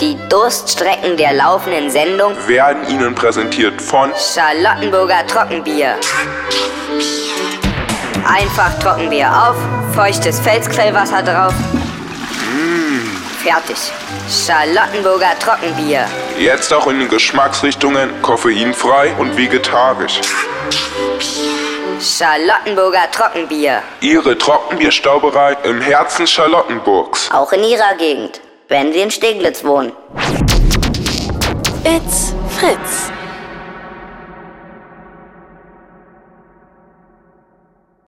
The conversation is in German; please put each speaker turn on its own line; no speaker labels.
Die Durststrecken der laufenden Sendung
werden Ihnen präsentiert von
Charlottenburger Trockenbier. Einfach Trockenbier auf, feuchtes Felsquellwasser drauf. Fertig. Charlottenburger Trockenbier.
jetzt auch in den Geschmacksrichtungen koffeinfrei und vegetarisch.
Charlottenburger Trockenbier.
Ihre Trockenbierstauberei im Herzen Charlottenburgs.
Auch in Ihrer Gegend, wenn Sie in Steglitz wohnen.
It's Fritz.